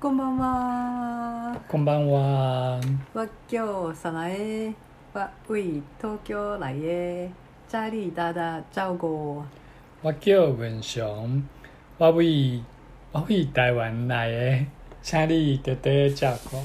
こんばんは。こんばんは。わっきょうさなえ。わうい東京来え。チャリダダチャオゴ。我叫文雄，我为我为台湾来的，请你多多照顾。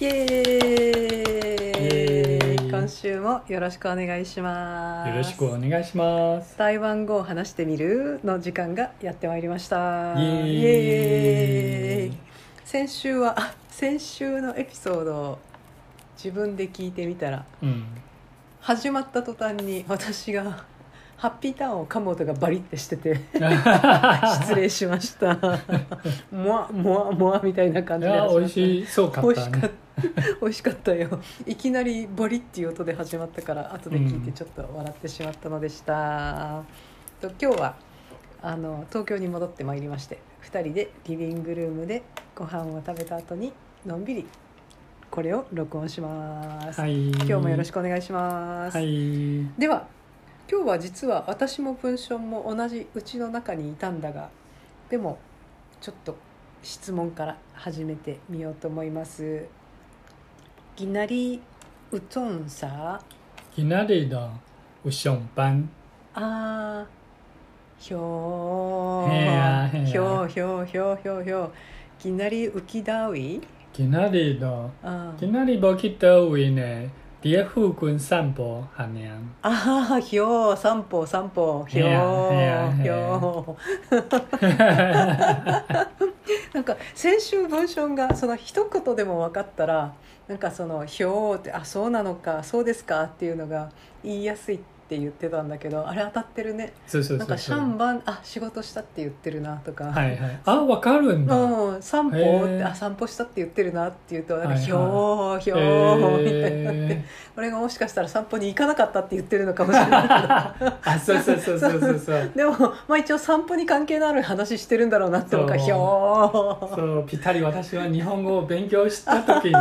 イエイエーーイ。イ今週もよろしくお願いします。よろしくお願いします。台湾語を話してみるの時間がやってまいりました。イエーイイエーイ先週はあ先週のエピソードを自分で聞いてみたら。うん。始まった途端に私がハッピーターンを噛む音がバリってしてて 失礼しましたもわもわもわみたいな感いじで始まっやた美味しいそうか美っ味たしかねっ。 美味しかったよいきなりバリっていう音で始まったから後で聞いてちょっと笑ってしまったのでした、と今日はあの東京に戻ってまいりまして2人でリビングルームでご飯を食べた後にのんびりこれを録音します、はい。今今日もよろしく。くお願いします、はい。では今日は実は私も文章も同じうちの中にいたんだがでもちょっと質問から始めてみようと思います。いきなりうとんさ今那里的我上班。あーひょへーやへーーやひょーひょーひょーひょーひょーいきなり浮きだうい今那里的あー今那里无去倒位呢？伫咧附近散步，阿娘。あーひょー三歩三歩ひょへーやへーーやひょーなんか先週文章がその一言でも分かったらなんかその「ひょー」って「あそうなのかそうですか」っていうのが言いやすいって言ってたんだけどあれ当たってるね そうそうなんそか「うシそう。ャンバン」あ仕事したって言ってるなとか「はいはい。あ、わかるんだ。うん、散歩」っへて「ーあ散歩した」って言ってるなっていうとなんかはいはいひょーひょー」みたいになって、え 俺がもしかしたら散歩に行かなかったって言ってるのかもしれない けど。ーあ、そうそうそうそうそうそう。でも、まあ、一応散歩に関係のある話してるんだろうなって思うからそうひょーそうぴったり私は日本語を勉強した時に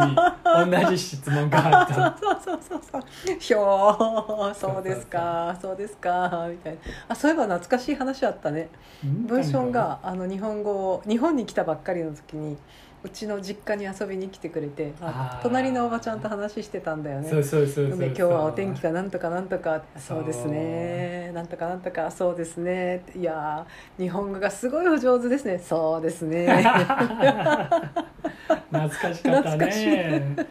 同じ質問があったそうそうそうそうひょーそうですかそうですかみたいなあそういえば懐かしい話あったね文章があの日本語を日本に来たばっかりの時にうちの実家に遊びに来てくれてああー隣のおばちゃんと話してたんだよねそうそうそうそうそうで今日はお天気がなんとかなんとかそうそうですねなんとかなんとかそうですねいやー日本語がすごいお上手ですねそうですね 懐かしかった懐かしね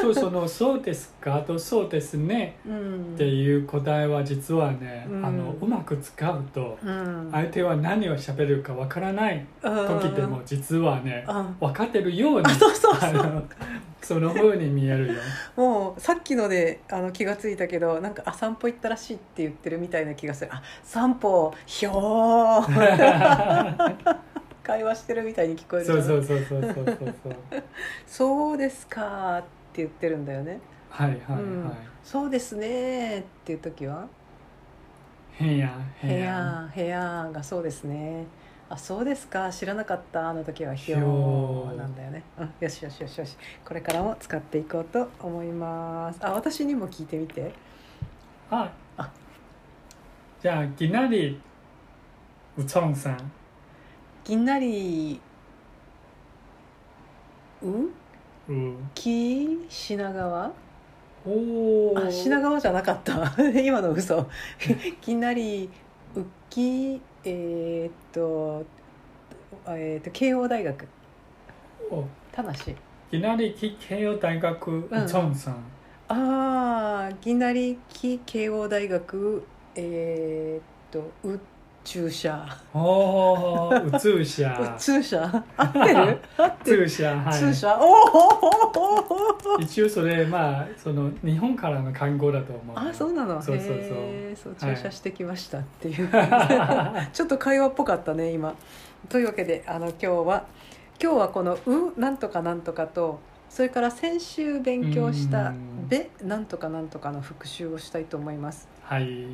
そうその「そうですか」と「そうですねう」んっていう答えは実はね、うんあのうまく使うとうん相手は何を喋るかわからない時でも実はねうんうん分かってるようにあそうそうそうあのその風に見えるよもうさっきのであの気がついたけどなんか「あ散歩行ったらしい」って言ってるみたいな気がする「あ散歩ひょー 会話してるみたいに聞こえるそうそううそうそうそうそうそうそうですか」って言ってるんだよねはいはいはい、うん「そうですね」っていう時は変や「部変や屋部屋」が「そうですね」あそうですか知らなかったの時は「ひょひょー」ーなんだよね、うん、よしよしよしよしこれからも使っていこうと思いますあ私にも聞いてみてはいあじゃあきなりうちょんさんぎんなりううき品川おーあ品川じゃなかった 今の嘘ぎんなりうきえーっとえーっと慶応大学お田無きなりき慶応大学うちょんさん、あーぎんなりき慶応大学えーっとう注射おーうつうしうゃ注 射合ってる合っうてつるうしゃは注い射おーおーおーおー一応それまあその日本からの観光だと思うあそうなのそうそうそうへーそうは注い射してきましたって いう、ちょっと会話っぽかったね今というわけであの今日は今日はこの「う」なんとかなんとかとそれから先週勉強したう「んべ」なんとかなんとかの復習をしたいと思いますはい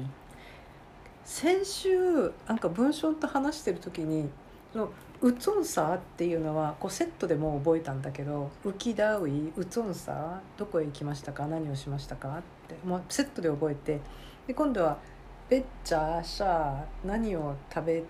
先週なんか文章と話してる時にその「うつんさ」っていうのはこうセットでもう覚えたんだけど「浮きだうい」「うつんさ」「どこへ行きましたか何をしましたか」ってもうセットで覚えてで今度は「べっちゃーしゃー何を食べ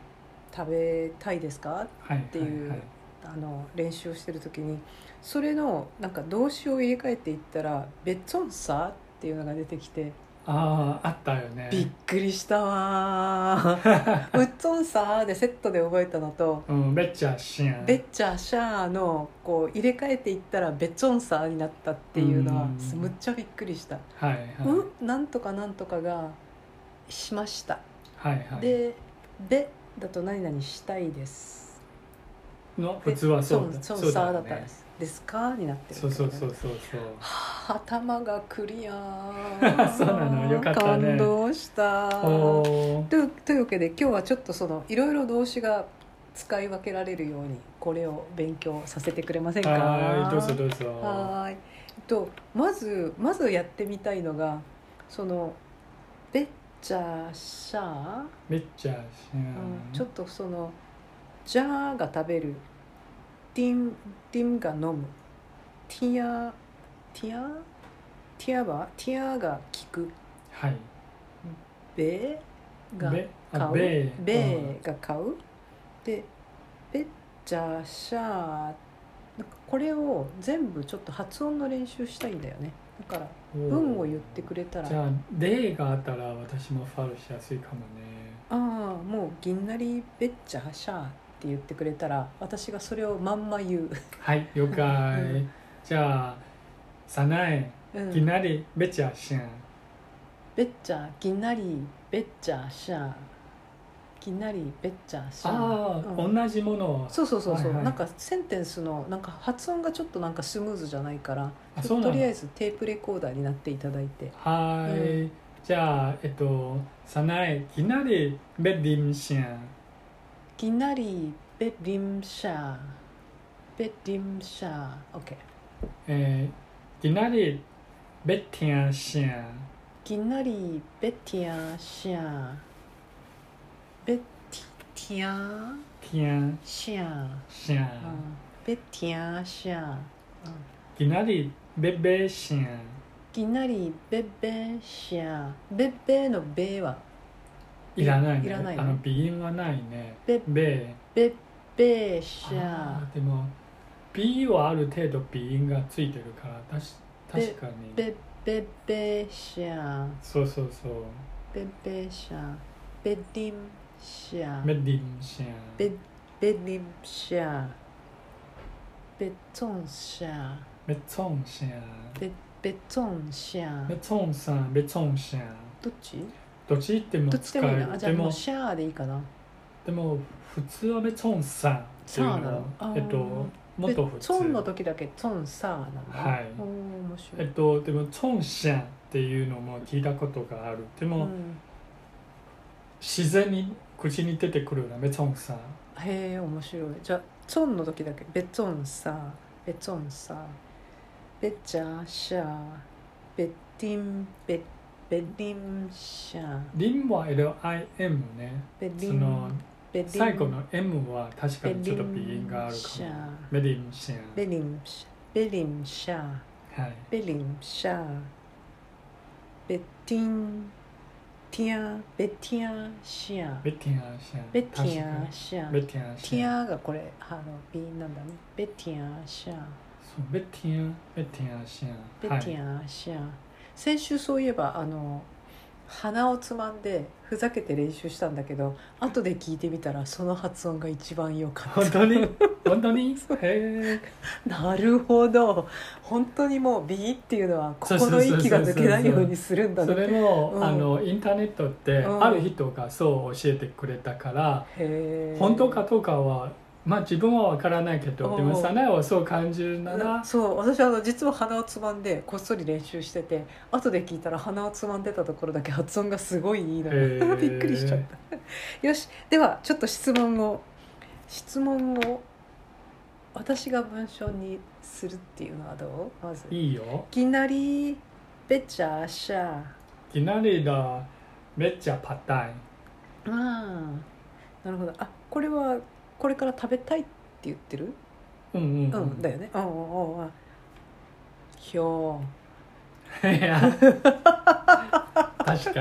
食べたいですか?」はいっていうはいはいあの練習をしてる時にそれのなんか動詞を入れ替えていったら「ベッツォンサー」っていうのが出てきてあああったよねびっくりしたわー「 ウッツォンサー」でセットで覚えたのとうんめっちゃシ「ンベッチャーシャー」のこう入れ替えていったら「ベッツォンサー」になったっていうのはうんむっちゃびっくりした。はいはいうん、なんとかなんとかがしました。はいはいで、べだと何々したいです。の普通はそうだそそううさだあだよったんねです。ですかになってる。そうそうそう。そうそうはあ頭がクリア そうなのよかったね感動したおとーいうというわけで今日はちょっとそのいろいろ動詞が使い分けられるようにこれを勉強させてくれませんかはーいどうぞどうぞはーい。えっとまずまずやってみたいのがそのベッチャーシャー、めっちゃシうんンちょっとそのジャーが食べるティンティンが飲むティアティアティアはティアが聞くはいベがべあ買うべベが買うでベッチャーシャーなんかこれを全部ちょっと発音の練習したいんだよねだからうん文を言ってくれたらじあゃあ「で」があったら私もファウルしやすいかもねあもう「ぎんなりべっちゃシャー」って言ってくれたら私がそれをまんま言う、はい了う解じゃあ「さない」う「んきなり」「めちゃしん」べっちゃぎんなりべっちゃシャーぎんなりべっちゃシャーああ、うん同じものをそうそうそうそう、はいはいなんかセンテンスのなんか発音がちょっとなんかスムーズじゃないからあとそうなのとりあえずテープレコーダーになっていただいてはーい、じゃあえっと「さない」「きなり」「べりんしん」ぎんなりべりんしゃーべりんしゃー OK えー「きなり」「べてんしん」ぎんなりべティアシャーべティティア「てんシャーしん」うんべティアシャーうん「きなり」「べべしん」ぎんなりべべシャーべべのべはいらないねいらないねあの鼻音はないねべ「べ」べべシャーあーでも B はある程度鼻音がついてるからたし確かにべべべシャーそうそうそうべべシャーべりんシャーメディンシャンベベリンシャーベトンシャーメツォンシャンベベトンシャメーツォンさんメツォンシャンどっちどっち行ってもどっち使でえもいいるなあじゃであももうシャーでいいかなでも普通はメツォンさんっていうさんなののあーえっともっベと普ツォンの通時だけツォンサーなのはいおー面白えい、っとでもツォンシャンっていうのも聞いたことがあるでうもん、自然に口に出てくるのはメツォンさんへえ面白いじゃあツォンの時だけベツォンサーベツォンサーベチャーシャーベティンベベリンシャーリンは LIM ねベリそのンベリン最後の M は確かにちょっと鼻音があるかも。メディンシェベリンシベリンシャーン。はい。ベリンシャーベティンティアベティアシャーベティンシェン。ベティアシャー確かにベティンテシィェン。アがこれあの鼻音なんだねベティアシャーそうベティン、ベティンシェン。ベテはいィアシャー先週そういえばあの鼻をつまんでふざけて練習したんだけど後で聞いてみたらその発音が一番良かった本当に本当にへえ。 なるほど本当にもうビーっていうのはそうこそこのうそうそう息が抜けないようにするんだそねれも、うんあのインターネットって、うんある人がそう教えてくれたから、へー本当かどうかはまあ自分はわからないけど、でうもんサナエはそう感じるなら、そう私あの実は鼻をつまんでこっそり練習してて後で聞いたら鼻をつまんでたところだけ発音がすごいいいのへよ ーびっくりしちゃった よしではちょっと質問を質問を私が文章にするっていうのはどうまずいいいよ。きなりべちゃしゃいきなりだめっちゃパタイン。あんなるほどあこれはこれから食べたいって言ってるうんうん、うん、だよねうんうんうんうんひょういや確か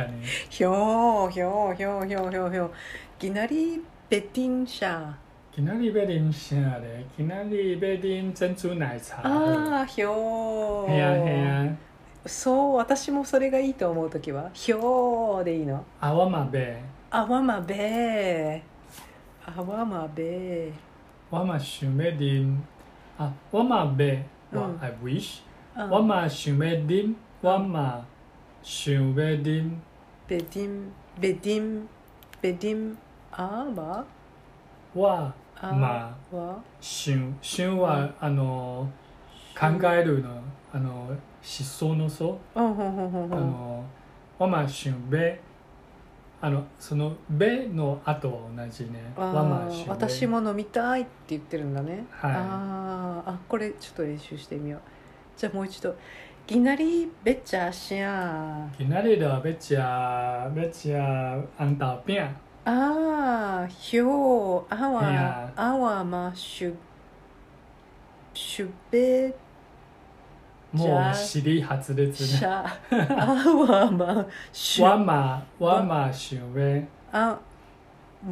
にひょうひょうひょうひょうひょうひょう。ぎなりベティンシャー。今仔日要啉啥咧？今仔日要啉珍珠奶茶。ああひょ嘿啊嘿ー啊，そう私もそれがいいと思う時はひょーでいいのあわまべ、あわまべあわまべ我嘛想要啉。あ、我嘛べ、我うん I wish。あ我嘛想要啉，我嘛想要啉。べディンべディンべディンあわ我あまわ想想はあの考えるのあの思想のそう。うんうんうんうんうあんの、ワマシュンベ、あの、その、ベの後は同じね。あーワマシュンベ。私。も飲みたいって言ってるんだね、はいあーあこれちょっと練習してみようじゃあもう一度「ギナリベチャーシャーきなりだ、べちゃ、べちゃ、あんたぴん。あーひょうあいわやあわましゅしゅべじゃもあう尻発し裂ね。ゃあわましゅワマ、ワマシュンベ。あ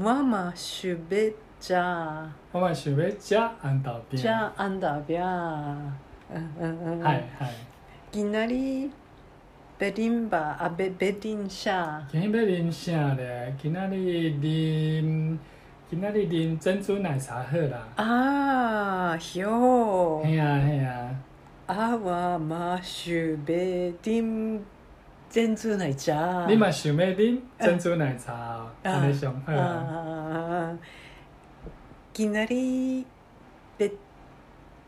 わましゅべじゃワマシュンベ、じゃ、あんたぴん。じはゃあんだびゃうんうんうんい、はい。いきなりベリンバあベベリンシャーきなりりんしゃで、きなりりん、きなりりん、珍珠奶茶喝啦。啊あーひょへーやへや。あわましゅべディン全通ないちゃ你嘛想要啉珍珠奶茶哦，嗯安尼上好啊。あーいきなりベ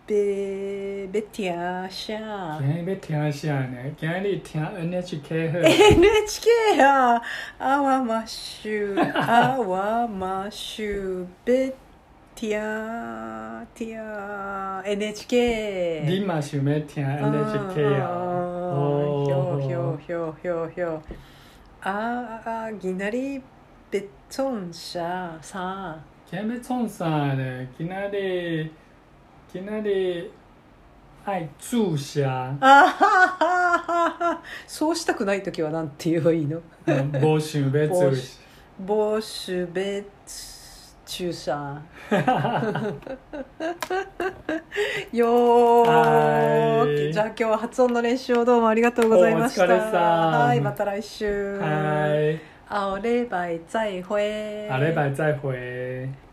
ベベティアシャ今ー日要听啥呢？今日听 NHK 好 NHK やあわましゅあわましゅべティアティア NHK 你嘛想要听 NHK 啊？ひょうひょう哦，ひょうひょうひょうあーあーぎなりべっとんしゃさ今日要创啥呢？今日今日爱注射あ，あははははそうしたくない時はなんて言えばいいの嗯无想要注射。ボシュベツ注 射よはーいじゃあ今日は発音の練習をどうもありがとうございましたお疲れさんはいまた来週嗨，あおればい再会下礼拜再会。